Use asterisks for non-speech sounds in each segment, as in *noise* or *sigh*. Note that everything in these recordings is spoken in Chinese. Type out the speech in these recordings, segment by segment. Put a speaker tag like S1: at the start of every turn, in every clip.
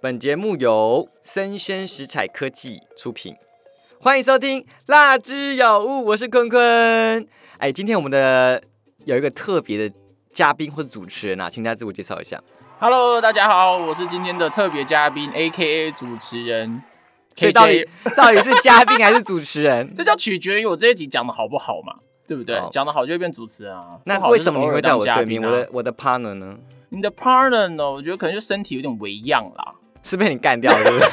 S1: 本节目由生鲜食材科技出品，欢迎收听《辣之有物》，我是坤坤。哎，今天我们的有一个特别的嘉宾或者主持人啊，请大家自我介绍一下。
S2: Hello，大家好，我是今天的特别嘉宾，A.K.A 主持人。
S1: 所以
S2: KJ
S1: 到底到底是嘉宾还是主持
S2: *laughs*
S1: 人？
S2: 这叫取决于我这一集讲的好不好嘛，对不对
S1: 好？
S2: 讲的好就会变主持人啊。
S1: 那
S2: 不好
S1: 为
S2: 就
S1: 什么你
S2: 是偶尔
S1: 会在
S2: 当
S1: 我
S2: 嘉
S1: 对
S2: 宾
S1: 面？
S2: 啊
S1: 我的我的 partner 呢？
S2: 你的 partner 呢？我觉得可能就身体有点微恙啦，
S1: 是被你干掉了，是不
S2: *laughs*
S1: 是？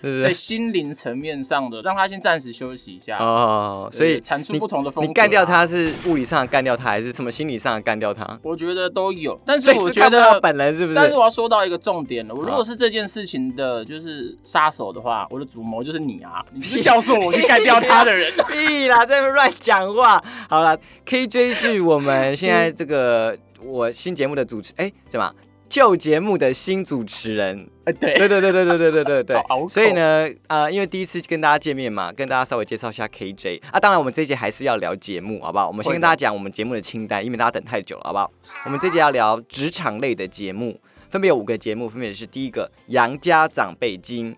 S1: 是不
S2: 在
S1: 是？
S2: 心灵层面上的，让他先暂时休息一下。
S1: 哦，所以
S2: 对产出
S1: 你
S2: 不同的风格啊
S1: 你干掉他是物理上的干掉他，还是什么心理上的干掉他？
S2: 我觉得
S1: *laughs*
S2: 都有，但是
S1: 所以
S2: 我
S1: 是
S2: 觉
S1: 看不到
S2: 得，
S1: 本人是不是？
S2: 但是我要说到一个重点了。我如
S1: 好
S2: 果是这件事情的就是杀手的话，我的主谋就是你啊，
S1: *laughs*
S2: 你是教唆我去干掉他的人。
S1: 屁啦，在那边乱讲话。好了，KJ 是我们现
S2: 嗯
S1: 在这个我新节目的主持，哎、怎么啊旧节目的新主持人？
S2: 哎对
S1: *laughs* 对对对对对对对对
S2: *laughs* 好拗
S1: 对。
S2: 口
S1: 所以呢，呃，因为第一次跟大家见面嘛，跟大家稍微介绍一下 KJ 啊。当然，我们这一节还是要聊节目，好不好？我们先
S2: 会的
S1: 跟大家讲我们节目的清单，因为大家等太久了，好不好？我们这节要聊职场类的节目，分别有五个节目，分别是第一个《杨家长辈经》，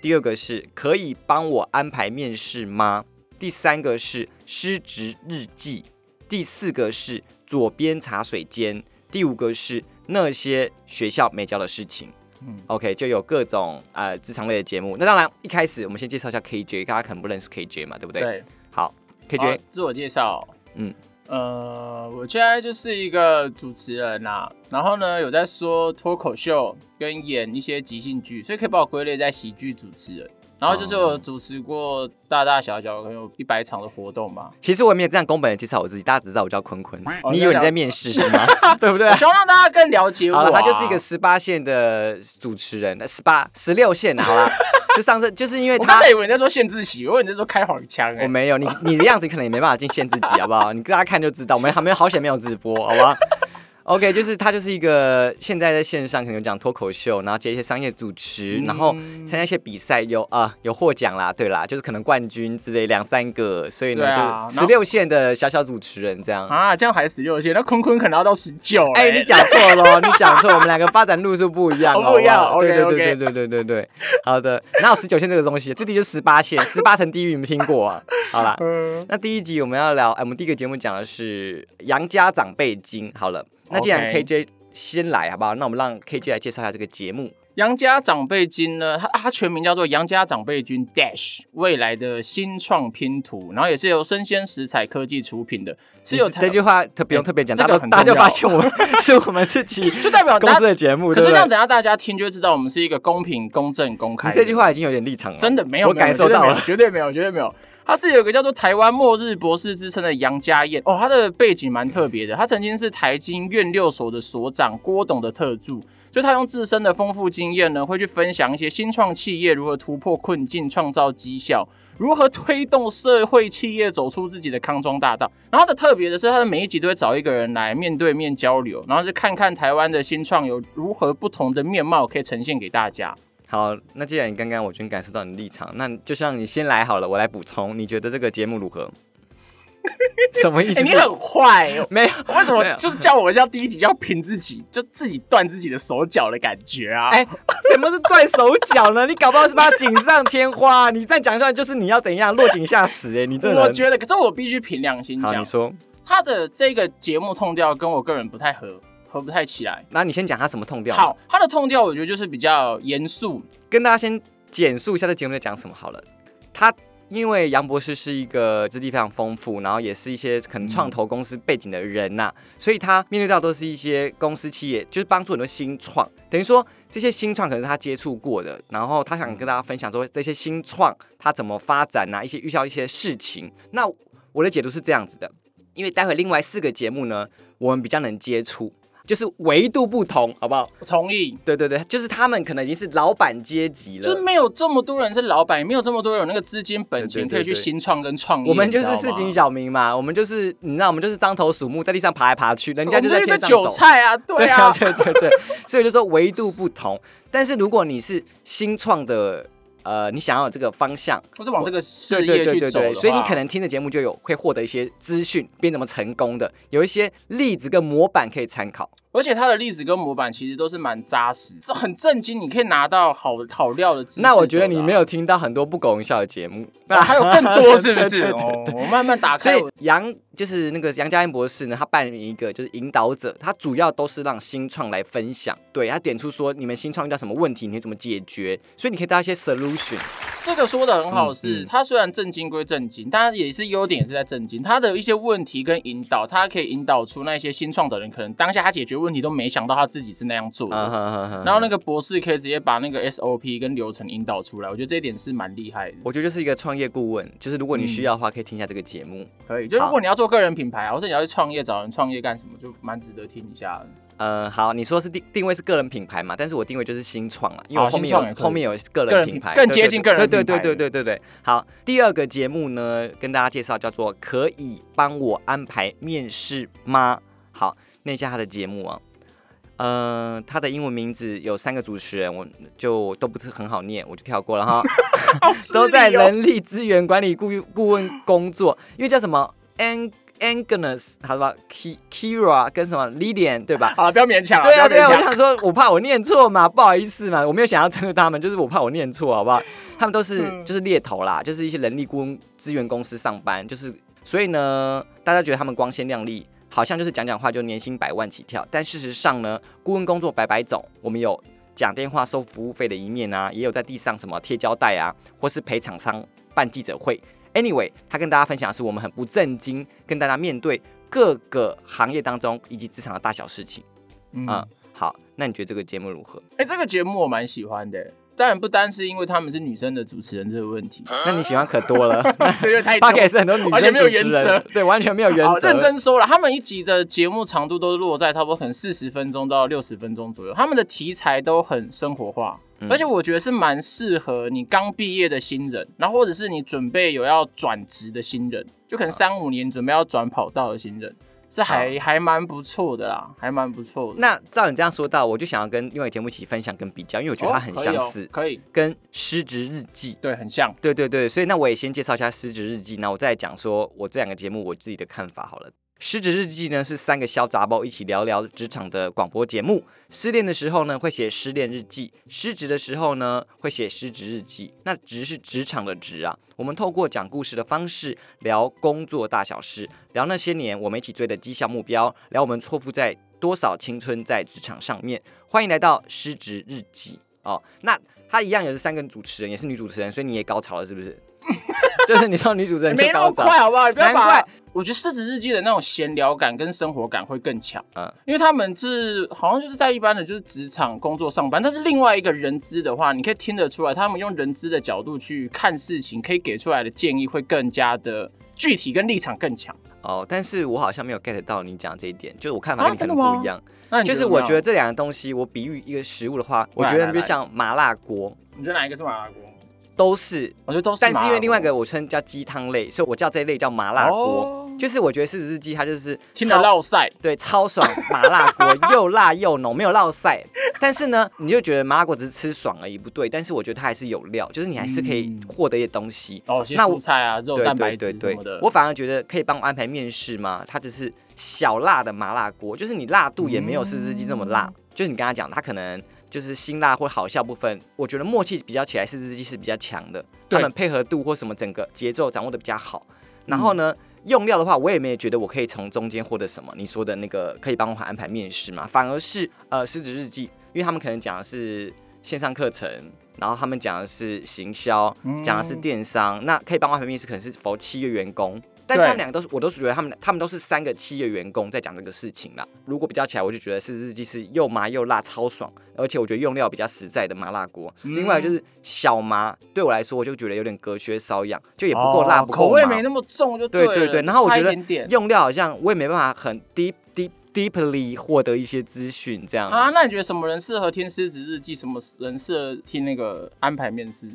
S1: 第二个是可以帮我安排面试吗？第三个是失职日记，第四个是左边茶水间，第五个是那些学校没教的事情。
S2: 嗯
S1: OK，就有各种呃职场类的节目。那当然，一开始我们先介绍一下 KJ，大家可能不认识 KJ 嘛，对不对？。
S2: 对，
S1: 好
S2: 好
S1: ，KJ，
S2: 自我介绍，
S1: 嗯
S2: 嗯，呃，我现在就是一个主持人啦、然后呢有在说脱口秀跟演一些即兴剧，所以可以把我归类在喜剧主持人。然后就是
S1: 哦
S2: 我主持过大大小小可能有一百场的活动吧，
S1: 其实我也没有这样宫本的介绍我自己，大家只知道我叫坤坤。
S2: 哦
S1: 你以为你在面试是
S2: *laughs*
S1: 吗？对不对
S2: 我？希望让大家更了解我、
S1: 好
S2: 啊。
S1: 了，他就是一个十八线的主持人，呃十八十六线啊好
S2: *laughs*
S1: 啦，就上次就是因为
S2: 我
S1: 他
S2: 刚才以为你在说限制席，我以为你在说开黄腔、欸，
S1: 我没有你，你的样子可能也没办法进限制级，好不好？你大家看就知道，我们还没有好险没有直播，好不好？OK，就是他就是一个现在在线上可能有讲脱口秀，然后接一些商业主持，
S2: 嗯
S1: 然后参加一些比赛，有啊、有获奖啦，对啦，就是可能冠军之类两三个，所以呢、
S2: 对啊
S1: 就十六线的小小主持人这样。
S2: 啊，这样还十六线，那坤坤可能要到十九、
S1: 哎、你讲错喽，你讲错，我们两个发展路数不一样，
S2: 哦
S1: 好好
S2: 不一样
S1: 对对
S2: OK，OK
S1: 对对对对对对，好的，哪有十九线这个东西？最低就十八线，十八层地狱，你们听过啊？好啦，
S2: 嗯，
S1: 那第一集我们要聊，哎，我们第一个节目讲的是杨家长辈经。好了，那既然
S2: OK
S1: KJ 先来，好不好？那我们让 KJ 来介绍一下这个节目。
S2: 杨家长辈金呢，它它全名叫做杨家长辈金 Dash 未来的新创拼图，然后也是由生鲜食材科技出品的，是有哎
S1: 这句话特不用特别讲，
S2: 这
S1: 大
S2: 个
S1: 家都
S2: 很
S1: 大家就
S2: 重要
S1: 发现我们 *laughs* 是我们自己
S2: 就代表
S1: 公
S2: 大
S1: 司
S2: 家。
S1: 的节目，
S2: 可
S1: 对
S2: 是
S1: 不
S2: 这样，
S1: 对？
S2: 等一下大家听就会知道，我们是一个公平、公正、公开
S1: 你
S2: 的。
S1: 这句话已经有点立场了，
S2: 真的没有，
S1: 我
S2: 没有
S1: 感受到了。
S2: 绝对没有，绝对没有绝对没有。他是有一个叫做台湾末日博士之称的杨家燕哦，他的背景蛮特别的，他曾经是台经院六所的所长郭董的特助，就他用自身的丰富经验呢，会去分享一些新创企业如何突破困境、创造绩效。如何推动社会企业走出自己的康庄大道？然后它的特别的是，它的每一集都会找一个人来面对面交流，然后就看看台湾的新创有如何不同的面貌可以呈现给大家。
S1: 好，那既然你刚刚我已经感受到你的立场，那就像你先来好了，我来补充。你觉得这个节目如
S2: *laughs*
S1: 何？什么意思？
S2: 哎、你很坏、哦。
S1: 没有？
S2: 为什
S1: 没有
S2: 么就是叫我要第一集要凭自己，就自己断自己的手脚的感觉啊？
S1: 哎、怎么是断手脚呢？你搞不好是把它锦上添花、啊你再讲出来就是你要怎样落井下石哎、你这
S2: 我
S1: 人。
S2: 觉得，可是我必须凭良心
S1: 好，你
S2: 讲，
S1: 说，
S2: 他的这个节目痛调跟我个人不太合，合不太起来。
S1: 那你先讲他什么痛调？，
S2: 好，他的痛调我觉得就是比较严肃，
S1: 跟大家先简述一下这节目在讲什么好了。他因为杨博士是一个资历非常丰富，然后也是一些可能创投公司背景的人呐、所以他面对到都是一些公司企业，就是帮助很多新创，等于说这些新创可能是他接触过的，然后他想跟大家分享说哎这些新创他怎么发展呐、一些遇到一些事情。那我的解读是这样子的，因为待会另外四个节目呢，我们比较能接触，就是维度不同，好不好？
S2: 我同意。
S1: 对对对，就是他们可能已经是老板阶级了，
S2: 就是没有这么多人是老板，也没有这么多人有那个资金本
S1: 对
S2: 钱
S1: 对
S2: 可以去
S1: 对对
S2: 新创跟创业。
S1: 我们就
S2: 你知
S1: 是
S2: 道吗
S1: 市井，小民嘛，我们就是你知道，我们就是獐头鼠目，在地上爬来爬去，人
S2: 人
S1: 家
S2: 家
S1: 就
S2: 就
S1: 在
S2: 是一个
S1: 天上
S2: 韭
S1: 走。
S2: 菜啊，对啊，
S1: 对对对，所以就说维度不同。但是如果你是新创的，呃，你想要有这个方向，
S2: 我是往这个事
S1: 对对
S2: 业
S1: 对
S2: 去
S1: 对
S2: 走的
S1: 对，所以你
S2: 话
S1: 可能听的节目就有会获得一些资讯，变怎么成功的，有一些例子跟模板可以参考。
S2: 而且他的例子跟模板其实都是蛮扎实，这很震惊，你可以拿到好好料的知识走的啊、
S1: 那我觉得你没有听到很多不苟言笑的节目，
S2: 哦、 *laughs* 还有更多是不
S1: *laughs*
S2: 是？
S1: 对对对
S2: 哦，我慢慢打
S1: 所
S2: 开
S1: 以
S2: 我。
S1: 杨就是那个杨家燕博士呢，他扮演一个就是引导者，他主要都是让新创来分享，对他点出说你们新创遇到什么问题，你会怎么解决，所以你可以带到一些 solution。
S2: 这个说的很好
S1: 嗯
S2: 是，
S1: 嗯
S2: 他虽然震惊归震惊，但也是优点也是在震惊。他的一些问题跟引导，他可以引导出那些新创的人，可能当下他解决问题都没想到他自己是那样做的。然
S1: 然
S2: 后那个博士可以直接把那个 SOP 跟流程引导出来，我觉得这一点是蛮厉害的。
S1: 我觉得就是一个创业顾问，就是如果你需要的话，可以听一下这个节目。
S2: 可以，就如果你要做个人品牌啊，或者你要去创业找人创业干什么，就蛮值得听一下的。
S1: 呃，好，你说是定定位是个人品牌嘛？但是我定位就是新创啊，因为我
S2: 哦
S1: 后面
S2: 新创也
S1: 有
S2: 可以
S1: 后面有个
S2: 个
S1: 人
S2: 人
S1: 品
S2: 品
S1: 牌，
S2: 更
S1: 对
S2: 接
S1: 对
S2: 近
S1: 对
S2: 个人
S1: 对对
S2: 品牌
S1: 对对对对。好，第二个节目呢，跟大家介绍叫做“可以帮我安排面试吗？”好，那一下他的节目啊。呃，他的英文名字有三个主持人，我就都不是很好念，我就跳过了
S2: *laughs*
S1: 哈。 *laughs*
S2: 哦
S1: 都在人力资源管理顾顾问工作，因为叫什么 Ang Agnes，他说 Ki Kira 跟什么 Lilian 对吧？
S2: 好了，不要勉强啊，
S1: 对啊，
S2: 不
S1: 对
S2: 要
S1: 啊，
S2: 勉
S1: 我想
S2: 强。
S1: 说，我怕我念错嘛，不好意思嘛，我没有想要针对他们，就是我怕我念错，啊好不好？他们都是
S2: 嗯
S1: 就是猎头啦，就是一些人力顾问资源公司上班，就是所以呢，大家觉得他们光鲜亮丽，好像就是讲讲话就年薪百万起跳，但事实上呢，顾问工作百百种，我们有。讲电话收服务费的一面啊，也有在地上什么贴胶带啊，或是陪厂商办记者会。Anyway，他跟大家分享的是我们很不正经，跟大家面对各个行业当中以及职场的大小事情。
S2: 嗯，哎、
S1: 嗯，好，那你觉得这个节目如何？
S2: 这个节目我蛮喜欢的，当然不单是因为他们是女生的主持人这个问题， *laughs*
S1: 那你喜欢可多了
S2: 因为太多
S1: 八 K 是很多女
S2: 哎完全
S1: 生
S2: 没有
S1: 主持
S2: 原则
S1: 人，对，完全没有原
S2: 好
S1: 则。
S2: 认真说了，他们一集的节目长度都落在差不多可能四十分钟到六十分钟左右，他们的题材都很生活化，
S1: 嗯
S2: 而且我觉得是蛮适合你刚毕业的新人，然后或者是你准备有要转职的新人，就可能三五年准备要转跑道的新人，是还还蛮不错的啦，还蛮不错的。
S1: 那照你这样说到，我就想要跟另外一个节目一起分享跟比较，因为我觉得它很相似，
S2: 哦可以哦，可以，
S1: 跟《失职日记》。
S2: 对，很像。
S1: 对对对，所以那我也先介绍一下《失职日记》，那我再讲说我这两个节目我自己的看法好了。《失职日记呢》是三个小杂包一起聊聊职场的广播节目。失恋的时候呢，会写失恋日记；失职的时候呢，会写失职日记。那职是职场的职啊。我们透过讲故事的方式聊工作大小事，聊那些年我们一起追的绩效目标，聊我们错付在多少青春在职场上面。欢迎来到失职日记哦。那它一样也是三个主持人，也是女主持人，所以你也高潮了是不是？ *laughs* 就是你说女主持人就
S2: 没那
S1: 高
S2: 么
S1: 潮，
S2: 快，好不好？你不要
S1: 难怪
S2: 把。我觉得《狮子日记》的那种闲聊感跟生活感会更强，
S1: 嗯
S2: 嗯，因为他们是好像就是在一般的就是职场工作上班，但是另外一个人资的话，你可以听得出来，他们用人资的角度去看事情，可以给出来的建议会更加的具体，跟立场更强。
S1: 哦，但是我好像没有 get 到你讲这一点，就是我看法
S2: 啊
S1: 跟你可能
S2: 真的吗
S1: 不一样。
S2: 那你
S1: 就是
S2: 怎么
S1: 我
S2: 样
S1: 觉得，这两个东西，我比喻一个食物的话，我
S2: 来
S1: 觉得
S2: 来
S1: 就
S2: 来
S1: 像麻辣锅
S2: 你觉得哪一个是麻辣锅？
S1: 都是，
S2: 我觉得都是麻
S1: 但
S2: 辣锅，
S1: 是因为另外一个我称叫鸡汤类，所以我叫这一类叫麻辣锅。
S2: 哦
S1: 就是我觉得四十日鸡它就是
S2: 听得
S1: 超
S2: 落塞，
S1: 对，超爽麻辣锅，又辣又浓，没有落塞。但是呢，你就觉得麻辣锅只是吃爽而已，不对。但是我觉得它还是有料，就是你还是可以
S2: 嗯
S1: 获得一些东西。
S2: 哦，一些
S1: 那我
S2: 蔬菜啊、肉、
S1: 对
S2: 蛋白
S1: 对
S2: 质
S1: 对
S2: 什么
S1: 对
S2: 的，，
S1: 我反而觉得可以帮我安排面试吗？它只是小辣的麻辣锅，就是你辣度也没有四只鸡这么
S2: 嗯
S1: 辣。就是你刚刚讲，它可能就是辛辣或好笑部分，我觉得默契比较起来，四只鸡是比较强的，他
S2: 对
S1: 们配合度或什么整个节奏掌握的比较好。然后呢，用料的话，我也没有觉得我可以从中间获得什么。你说的那个可以帮我安排面试嘛？反而是呃，狮子日记，因为他们可能讲的是线上课程，然后他们讲的是行销，
S2: 嗯
S1: 讲的是电商，那可以帮我安排面试，可能是否企业员工。但是
S2: 对
S1: 他们两个都是，我都是觉得他们他们都是三个企业员工在讲这个事情啦。如果比较起来，我就觉得是日记是又麻又辣，超爽，而且我觉得用料比较实在的麻辣锅。
S2: 嗯
S1: 另外就是小麻，对我来说我就觉得有点隔靴搔痒，就也不够辣，
S2: 哦
S1: 不
S2: 口
S1: 够
S2: 味
S1: 麻
S2: 没那么重就
S1: 对
S2: 了
S1: 对对，然后我
S2: 差
S1: 觉
S2: 一
S1: 得
S2: 点点
S1: 用料好像我也没办法很 deep deep deeply 获得一些资讯这样。
S2: 啊，那你觉得什么人适合听狮子日记，什么人适合听那个安排面试？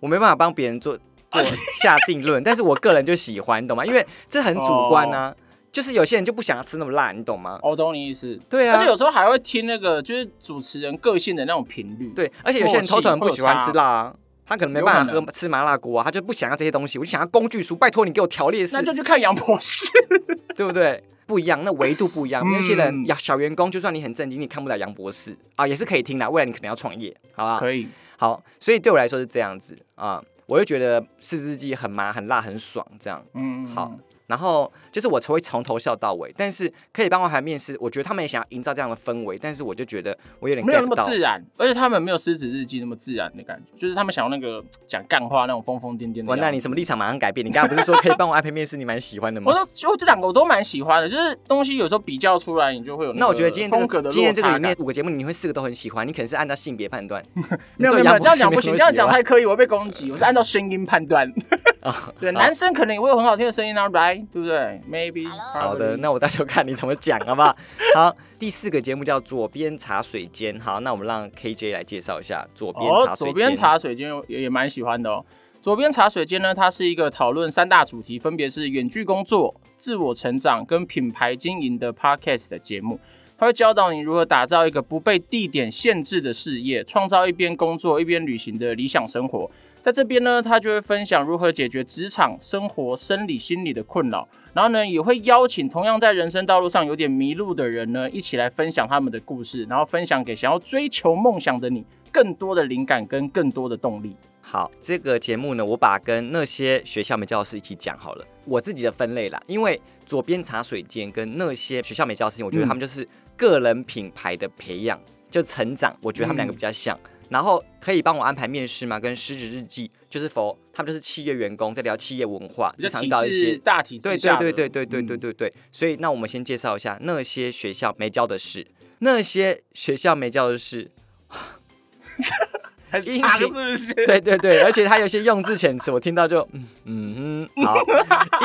S1: 我没办法帮别人做做下定
S2: *laughs*
S1: 论，但是我个人就喜欢，你懂吗？因为这很主观啊，就是有些人就不想要吃那么辣，你懂吗？
S2: 哦我懂你意思。
S1: 对啊
S2: 而且，有时候还会听那个就是主持人个性的那种频率。，
S1: 对，而且有些人
S2: 默契
S1: 偷偷很不喜欢
S2: 会有差
S1: 吃辣啊。他可能没办法
S2: 有
S1: 喝吃麻辣锅啊，他就不想要这些东西，我就想要工具书，拜托你给我调列式
S2: 那，就去看杨博士。
S1: *laughs* 对不对？不一样，那维度不一样。
S2: 嗯
S1: 那些人呀，小员工，就算你很震惊，你看不了杨博士啊，也是可以听的。未来你可能要创业，好不好？
S2: *laughs* 可以，
S1: 好，所以对我来说是这样子啊、我就觉得四只鸡很麻、很辣、很爽这样。
S2: 嗯，
S1: 好，然后就是我会从头笑到尾，但是可以帮我还面试，我觉得他们也想要营造这样的氛围，但是我就觉得我有点
S2: 没有
S1: get
S2: 那
S1: 不
S2: 么
S1: 到。
S2: 自然，而且他们没有《狮子日记》那么自然的感觉，就是他们想要那个讲干话那种疯疯癫癫的样子。
S1: 完蛋，你什么立场马上改变？你刚刚不是说可以帮我安排面试，你蛮喜欢的
S2: 我
S1: 吗？
S2: 都就这两个我都蛮喜欢的，就是东西有时候比较出来，你就会有
S1: 那
S2: 个
S1: 我觉得今天
S2: 风
S1: 这
S2: 格
S1: 个
S2: 的
S1: 今天这个
S2: 落
S1: 里
S2: 差
S1: 面五
S2: 感
S1: 个节目，你会四个都很喜欢，你可能是按照性别判断。
S2: *laughs* 没有
S1: 你做
S2: 没有没有
S1: 杨博
S2: 这样
S1: 士
S2: 讲
S1: 没
S2: 不行，
S1: 有
S2: 这样
S1: 喜
S2: 讲
S1: 欢
S2: 太刻意，我被攻击。我是按照声音判
S1: *laughs*
S2: 断，
S1: 好
S2: 对，男生可能也会有很好听的声音啊，right，对不对？Maybe，
S1: 好的，
S2: probably
S1: 那我到时候看你怎么讲，好不
S2: *laughs*
S1: 好？好，第四个节目叫左边茶水间。好，那我们让 KJ 来介绍一下左边
S2: 哦
S1: 茶，水间。
S2: 左边茶水间也也蛮喜欢的哦。左边茶水间呢，它是一个讨论三大主题，分别是远距工作、自我成长跟品牌经营的 podcast 的节目。它会教导你如何打造一个不被地点限制的事业，创造一边工作一边旅行的理想生活。在这边呢，他就会分享如何解决职场、生活、生理、心理的困扰，然后呢，也会邀请同样在人生道路上有点迷路的人呢，一起来分享他们的故事，然后分享给想要追求梦想的你更多的灵感跟更多的动力。
S1: 好，这个节目呢，我把跟那些学校没教的事一起讲好了，我自己的分类啦。因为左边茶水间跟那些学校没教的事情，我觉
S2: 嗯
S1: 得他们就是个人品牌的培养，就成长，我觉得他们两个比较像。
S2: 嗯
S1: 然后可以帮我安排面试吗？跟失职日记就是否他们就是企业员工在聊企业文化，
S2: 比较
S1: 日常
S2: 体
S1: 遇到一些
S2: 制大体制
S1: 对
S2: 下
S1: 对
S2: 的嗯
S1: 对对对对对对对。所以那我们先介绍一下那些学校没教的事，那些学校没教的事，
S2: 很
S1: 音
S2: 长
S1: 频
S2: 是不是？ *laughs*
S1: 对对对，而且它有些用字遣词，我听到就嗯嗯哼，好，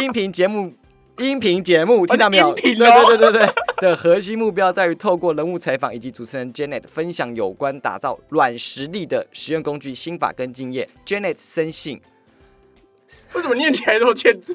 S1: 音频节目。音频节目听到没有？
S2: 哦是音频
S1: 对
S2: 哦
S1: 对对对对的核心目标在于透过人物采访以及主持人 Janet 分享有关打造软实力的实用工具、心法跟经验。Janet 深信，
S2: 为什么念起来都么欠揍？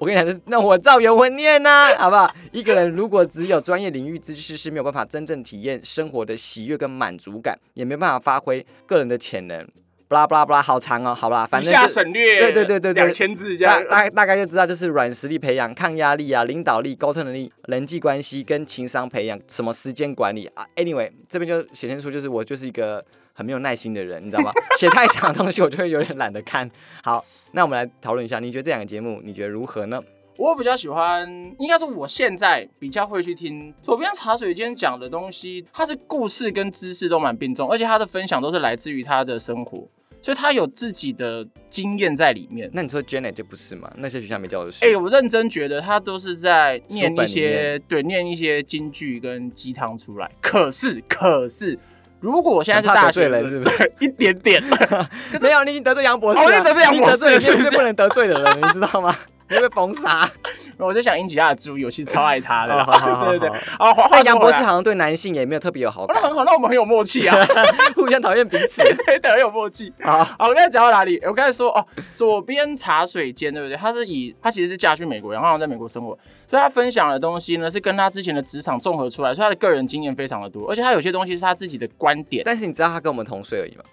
S1: 我跟你讲，那我照原文念呐、 *laughs* 好不好？一个人如果只有专业领域知识，是没有办法真正体验生活的喜悦跟满足感，也没办法发挥个人的潜能。巴拉巴拉巴拉，好长哦，好啦，反
S2: 以
S1: 正
S2: 下
S1: 就
S2: 省略，
S1: 对对对对对
S2: 两千字这
S1: 大
S2: 样。
S1: 大大概就知道，就是软实力培养、抗压力啊、领导力、沟通能力、人际关系跟情商培养，什么时间管理啊。Anyway，这边就显现出就是我就是一个很没有耐心的人，你知道吗？写太长的东西我就会有点懒得看。好，那我们来讨论一下，你觉得这两个节目你觉得如何呢？
S2: 我比较喜欢，应该说我现在比较会去听左边茶水间讲的东西，它是故事跟知识都蛮并重，而且他的分享都是来自于他的生活，所以他有自己的经验在里面。
S1: 那你说 Janet 就不是嘛？那些学校没教的事。
S2: 哎、我认真觉得他都是在念一
S1: 书本里
S2: 些对念一些金句跟鸡汤出来。可是，可是，如果我现在是
S1: 很怕
S2: 大
S1: 得
S2: 学
S1: 罪人
S2: 生
S1: 是不
S2: *laughs* 一点点，
S1: 没有，你已经得罪杨博士了，啊
S2: 哦我已经得罪杨博士了
S1: 你得罪
S2: 是不
S1: 你
S2: 是
S1: 最不能得罪
S2: *laughs*
S1: 的人，你知道吗？你会被封杀。
S2: 我在想英吉亚的猪，游戏超爱他的
S1: 哦好好
S2: 啦，
S1: 好
S2: *laughs* 对对对
S1: 好，
S2: 啊，话
S1: 但
S2: 话
S1: 杨
S2: 说
S1: 博
S2: 回
S1: 士
S2: 来，
S1: 好像对男性也没有特别有好
S2: *laughs* 哦那
S1: 感，
S2: 很好，那我们很有默契啊，
S1: 互相讨厌彼
S2: *laughs*
S1: 此。
S2: 对对，很有默契。
S1: 好，
S2: 好，我刚才讲到哪里？我刚才说哦，左边茶水间，对不对？他是以他其实是嫁去美国，然后好像在美国生活，所以他分享的东西呢是跟他之前的职场综合出来，所以他的个人经验非常的多，而且他有些东西是他自己的观点，
S1: 但是你知道他跟我们同岁而已吗？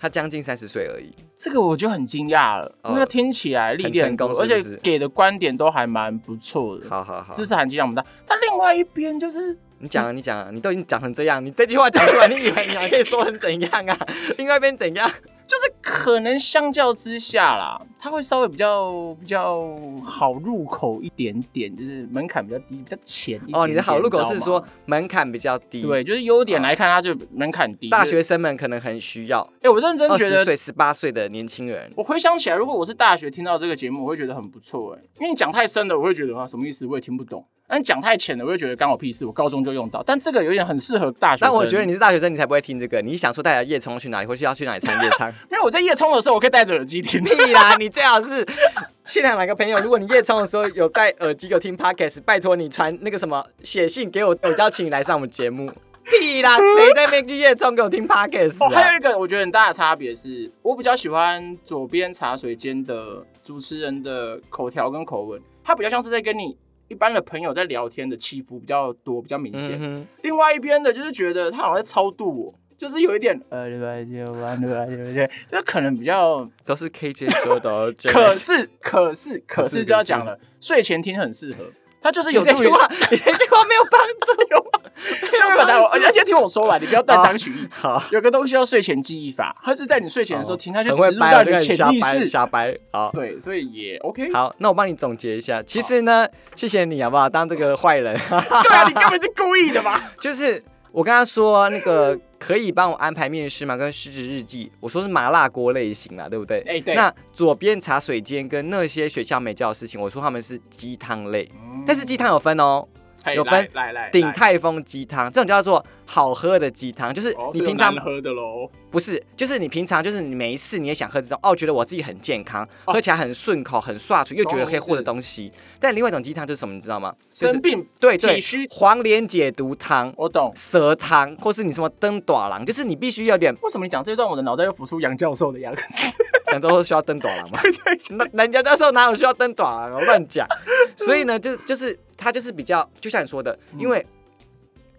S1: 他将近三十岁而已，
S2: 这个我就很惊讶了，因为他听起来历练很多
S1: 哦很成功
S2: 而
S1: 是不
S2: 且
S1: 是
S2: 给的观点都还蛮不错的，
S1: 好好好，
S2: 知识含金量蛮大。但另外一边就是
S1: 你讲啊，你讲啊，你都已经讲成这样，你这句话讲出来，你以为你还可以说成怎样
S2: *laughs*
S1: 啊？另外一边怎样？
S2: 就是可能相较之下啦，它会稍微比较比较好入口一点点，就是门槛比较低，比较浅一点点
S1: 哦，你的好入口是
S2: 知道
S1: 说
S2: 吗
S1: 门槛比较低，
S2: 对，，就是优点来看，它就门槛低。
S1: 大
S2: 就是，
S1: 学生们可能很需要，
S2: 哎、我认真
S1: 二
S2: 觉
S1: 十
S2: 得，
S1: 岁、十八岁的年轻人，
S2: 我回想起来，如果我是大学听到这个节目，我会觉得很不错哎、因为你讲太深了，我会觉得啊什么意思，我也听不懂。但你讲太浅了，我会觉得干我屁事，我高中就用到。但这个有点很适合大学生。
S1: 但我觉得你是大学生，你才不会听这个。你想说带着夜冲去哪里，或是要去哪里
S2: *laughs*
S1: 唱夜唱？
S2: 因为我在夜冲的时候，我可以戴着耳
S1: *laughs*
S2: 机听。
S1: 屁啦！你最好是现场哪个朋友，如果你夜冲的时候有戴耳机有听 podcast，拜托你传那个什么写信给我，我邀请你来上我们节目。屁啦！谁在那边去夜冲给我听 podcast
S2: 哦，还
S1: 啊？
S2: 有一个我觉得很大的差别是，我比较喜欢左边茶水间的主持人的口条跟口吻，他比较像是在跟你一般的朋友在聊天的起伏比较多，比较明显。
S1: 嗯
S2: 另外一边的就是觉得他好像在超度我。就是有一点，呃，对吧？对吧？对吧？对不对？就是可能比较，
S1: 哼，都是 KJ 说的哦。
S2: 可
S1: 可 *laughs*
S2: 是，可是，可
S1: 可是
S2: 是就要讲了，睡前听很适合。他就是
S1: 你
S2: 有
S1: 这
S2: 助
S1: 句
S2: 于 *laughs*
S1: 话，你这句话没有帮 *laughs* 助。
S2: 没有表达我，而且听我说完，你不要断章取义。
S1: 好，
S2: 有个东西叫睡前记忆法，它是在你睡前的时候听，它就
S1: 很
S2: 植
S1: 会
S2: 入
S1: 掰
S2: 到
S1: 哦，
S2: 你
S1: 这
S2: 的
S1: 个人
S2: 潜
S1: 瞎
S2: 意
S1: 掰，
S2: 识。
S1: 瞎掰。好，
S2: 对，所以也 OK。
S1: *laughs* 好，那我帮你总结一下。其实呢，谢谢你好不好？当这个坏人，
S2: 对啊，你根本是故
S1: *laughs*
S2: 意的嘛！
S1: 就是我跟他说那个可以帮我安排面试吗？跟失职日记，我说是麻辣锅类型啦，对不对？
S2: 哎对
S1: 那左边茶水间跟那些学校没教的事情，我说他们是鸡汤类，但是鸡汤有分哦，
S2: 嗯嘿
S1: 有分
S2: 来来来
S1: 鼎泰丰鸡汤这种叫做好喝的鸡汤，就是
S2: 哦
S1: 你
S2: 所以有
S1: 平常
S2: 难喝的喽，
S1: 不是，就是你平常就是你没事你也想喝这种，哦，觉得我自己很健康，
S2: 哦
S1: 喝起来很顺口，很刷嘴，又觉得可以
S2: 懂
S1: 获得东西。但另外一种鸡汤就是什么，你知道吗？就是
S2: 生病
S1: 对对
S2: 体虚，，
S1: 黄连解毒汤、
S2: 我懂。
S1: 蛇汤，或是你什么灯短郎，就是你必须要点，
S2: 为什么你讲这段，我的脑袋又浮出杨教授的
S1: *laughs*
S2: 样子？
S1: 想都说需要灯短 *laughs* 郎嘛。那人家那时候哪有需要灯短郎啊，我乱讲。所以呢，就是就是它就是比较，就像你说的，因为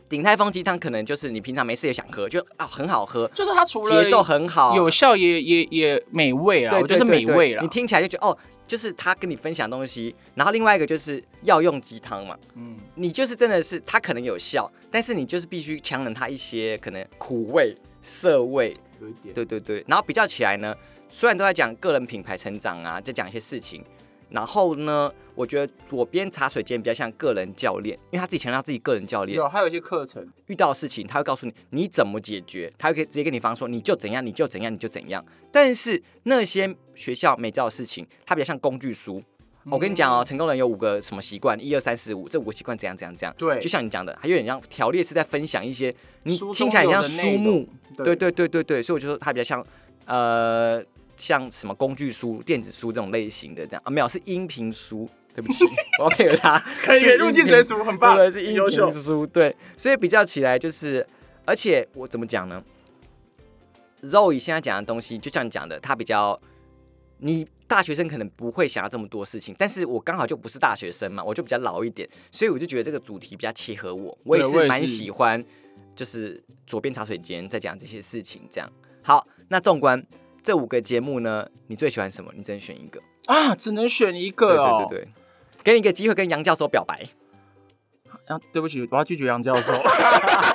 S1: 鼎泰丰鸡汤可能就是你平常没事也想喝，就啊、很好喝，
S2: 就是它除了
S1: 节奏很好，啊
S2: 有效也，也也美味啦，
S1: 对，
S2: 我觉得是
S1: 对
S2: 美
S1: 对
S2: 味啦
S1: 你。听起来就觉得哦，就是他跟你分享东西，然后另外一个就是药用鸡汤嘛，
S2: 嗯，
S1: 你就是真的是他可能有效，但是你就是必须强忍他一些可能苦味、涩味，
S2: 有一点。
S1: 对对对。然后比较起来呢，虽然都在讲个人品牌成长啊，在讲一些事情，然后呢，我觉得左边茶水间比较像个人教练，因为他自己强调自己个人教练，
S2: 有，还有一些课程，
S1: 遇到的事情，他会告诉你你怎么解决，他会可以直接跟你方说你就怎样，你就怎样，你就怎样。但是那些学校没教的事情，它比较像工具书。
S2: 嗯
S1: 我跟你讲哦，成功人有五个什么习惯，一二三四五，这五个习惯怎样怎样怎样。
S2: 对
S1: 就像你讲的，还有点像条列是在分享一些你
S2: 书中
S1: 听起来很像
S2: 有的
S1: 书
S2: 内
S1: 目，
S2: 对
S1: 对对对对对，所以我就说它比较像呃像什么工具书、电子书这种类型的这样啊，没有是音频书。对不起，我要配合 *laughs* 他，
S2: 可以
S1: 是
S2: 入
S1: 音
S2: 境
S1: 频
S2: 随 *laughs* 俗，很棒
S1: 对，是音
S2: 优秀
S1: 频书，对，所以比较起来就是，而且我怎么讲呢？Zoe 现在讲的东西，就像你讲的，他比较，你大学生可能不会想要这么多事情，但是我刚好就不是大学生嘛，我就比较老一点，所以我就觉得这个主题比较切合我，我也
S2: 我也
S1: 是
S2: 是
S1: 蛮喜欢，就是左边茶水间在讲这些事情，这样。好，那纵观这五个节目呢，你最喜欢什么？你只能选一个。
S2: 啊，只能选一
S1: 对
S2: 个哦。
S1: 对对对，给你一个机会跟杨教授表白。
S2: 啊，对不起，我要拒绝杨教授。 *laughs*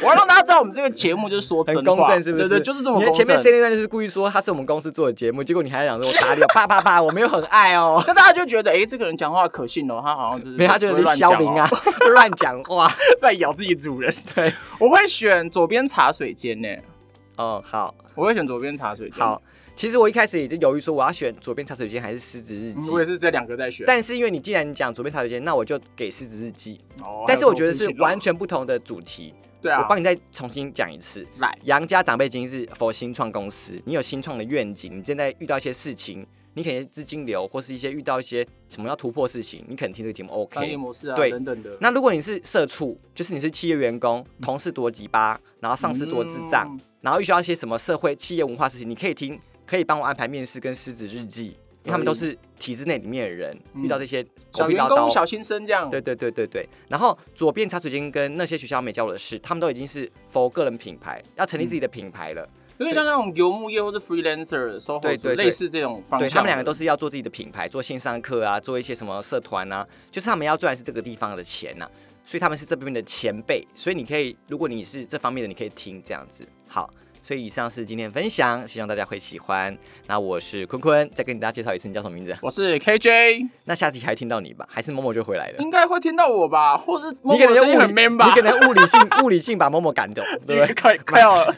S2: 我要让大家知道，我们这个节目就是说真话，
S1: 很公正，是不是？
S2: 对对，就是这么
S1: 你
S2: 公正。
S1: 前面 C 那段就是故意说他是我们公司做的节目，结果你还想说我打脸，啪啪啪，我没有很爱 *laughs* 哦。
S2: 就大家就觉得，哎、这个人讲话可信哦，他好像就是
S1: 没有，他就是
S2: 哦
S1: 肖明
S2: *laughs*
S1: 啊，嗯 *laughs* 乱讲话。
S2: 乱咬自己主人。
S1: 对，
S2: 我会选左边茶水间呢、
S1: 哦，好
S2: 我会选左边茶水间。
S1: 好。其实我一开始也就犹豫说我要选左边茶水间还是狮子日
S2: 嗯，
S1: 记，
S2: 我也是这两个在选。
S1: 但是因为你既然你讲左边茶水间，那我就给狮子日记。
S2: 哦
S1: 但是我觉得
S2: 还
S1: 是
S2: 有这种事情哦
S1: 完全不同的主题，
S2: 对啊，
S1: 我帮你再重新讲一次。
S2: 来
S1: 杨家长辈金是否新创公司？你有新创的愿景，你正在遇到一些事情，你可能是资金流，或是一些遇到一些什么要突破的事情，你可能听这个节目
S2: 商业
S1: OK。
S2: 模式啊，
S1: 对
S2: 等等的。
S1: 那如果你是社畜，就是你是企业员工，同事多鸡巴，然后上司多智障，
S2: 嗯
S1: 然后遇到一些什么社会企业文化事情，你可以听，可以帮我安排面试跟狮子日记，因为他们都是体制内里面的人，
S2: 嗯
S1: 遇到这些狗
S2: 小
S1: 屁
S2: 员
S1: 唠
S2: 工、
S1: 叨。
S2: 小新生这样。
S1: 对对对对对，然后左边茶水间跟那些学校没教我的事，他们都已经是 for 个人品牌，要成立自己的品牌了。
S2: 有点像那种游牧业或是 freelancer 收获
S1: 对
S2: 者，
S1: 对对
S2: 类似这种方向的。
S1: 对他们两个都是要做自己的品牌，做线上课啊，做一些什么社团啊，就是他们要赚的是这个地方的钱呐、所以他们是这边的前辈，所以你可以，如果你是这方面的，你可以听这样子。好，所以以上是今天的分享，希望大家会喜欢。那我是坤坤，再跟大家介绍一次，你叫什么名字？啊
S2: 我是 KJ，
S1: 那下集还听到你吧，还是某某就回来了？
S2: 应该会听到我吧，或是某
S1: 你可
S2: 嗯某
S1: 能
S2: 声音
S1: 物
S2: 很
S1: 理，
S2: man 吧
S1: 你，可能物理性物理性把某某赶走，
S2: *laughs*
S1: 对不对？ *laughs*
S2: 快快要了，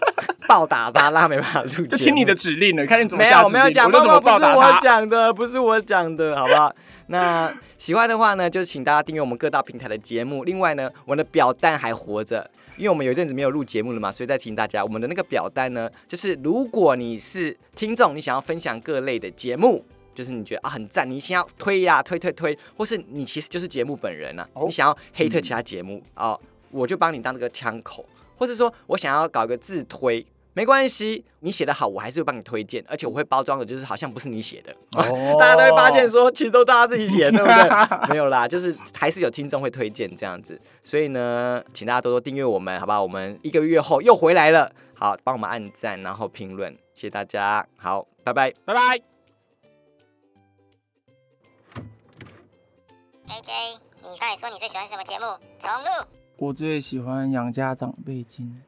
S1: 暴打他，让他没办法录
S2: 就
S1: 节
S2: 听
S1: 目
S2: 你的指令了，看你怎么
S1: 没
S2: 下
S1: 有
S2: 指
S1: 我没有
S2: 令
S1: 讲，
S2: 我都
S1: 猫
S2: 怎
S1: 猫
S2: 么
S1: 不
S2: 报
S1: 是
S2: 答
S1: 我
S2: 他。
S1: 讲的， *laughs* 不是我讲的，好不好？ *laughs* 那喜欢的话呢，就请大家订阅我们各大平台的节目。另外呢，我们的表单还活着，因为我们有一阵子没有录节目了嘛，所以再提醒大家，我们的那个表单呢，就是如果你是听众，你想要分享各类的节目。就是你觉得啊很赞，你想要推呀、推推推，或是你其实就是节目本人呐、啊
S2: 哦
S1: 你想要黑特其他节目啊、哦我就帮你当这个枪口，或是说我想要搞一个自推，没关系，你写的好，我还是会帮你推荐，而且我会包装的，就是好像不是你写的，
S2: 哦
S1: 大家都会发现说，其实都大家自己写，对
S2: *laughs*
S1: 不对？没有啦，就是还是有听众会推荐这样子，所以呢，请大家多多订阅我们，好不好？我们一个月后又回来了，好，帮我们按赞，然后评论，谢谢大家，好，拜拜。
S2: 拜拜。
S3: AJ。你快说你最喜欢什么节目？重录。
S2: 我最喜欢杨家长辈经，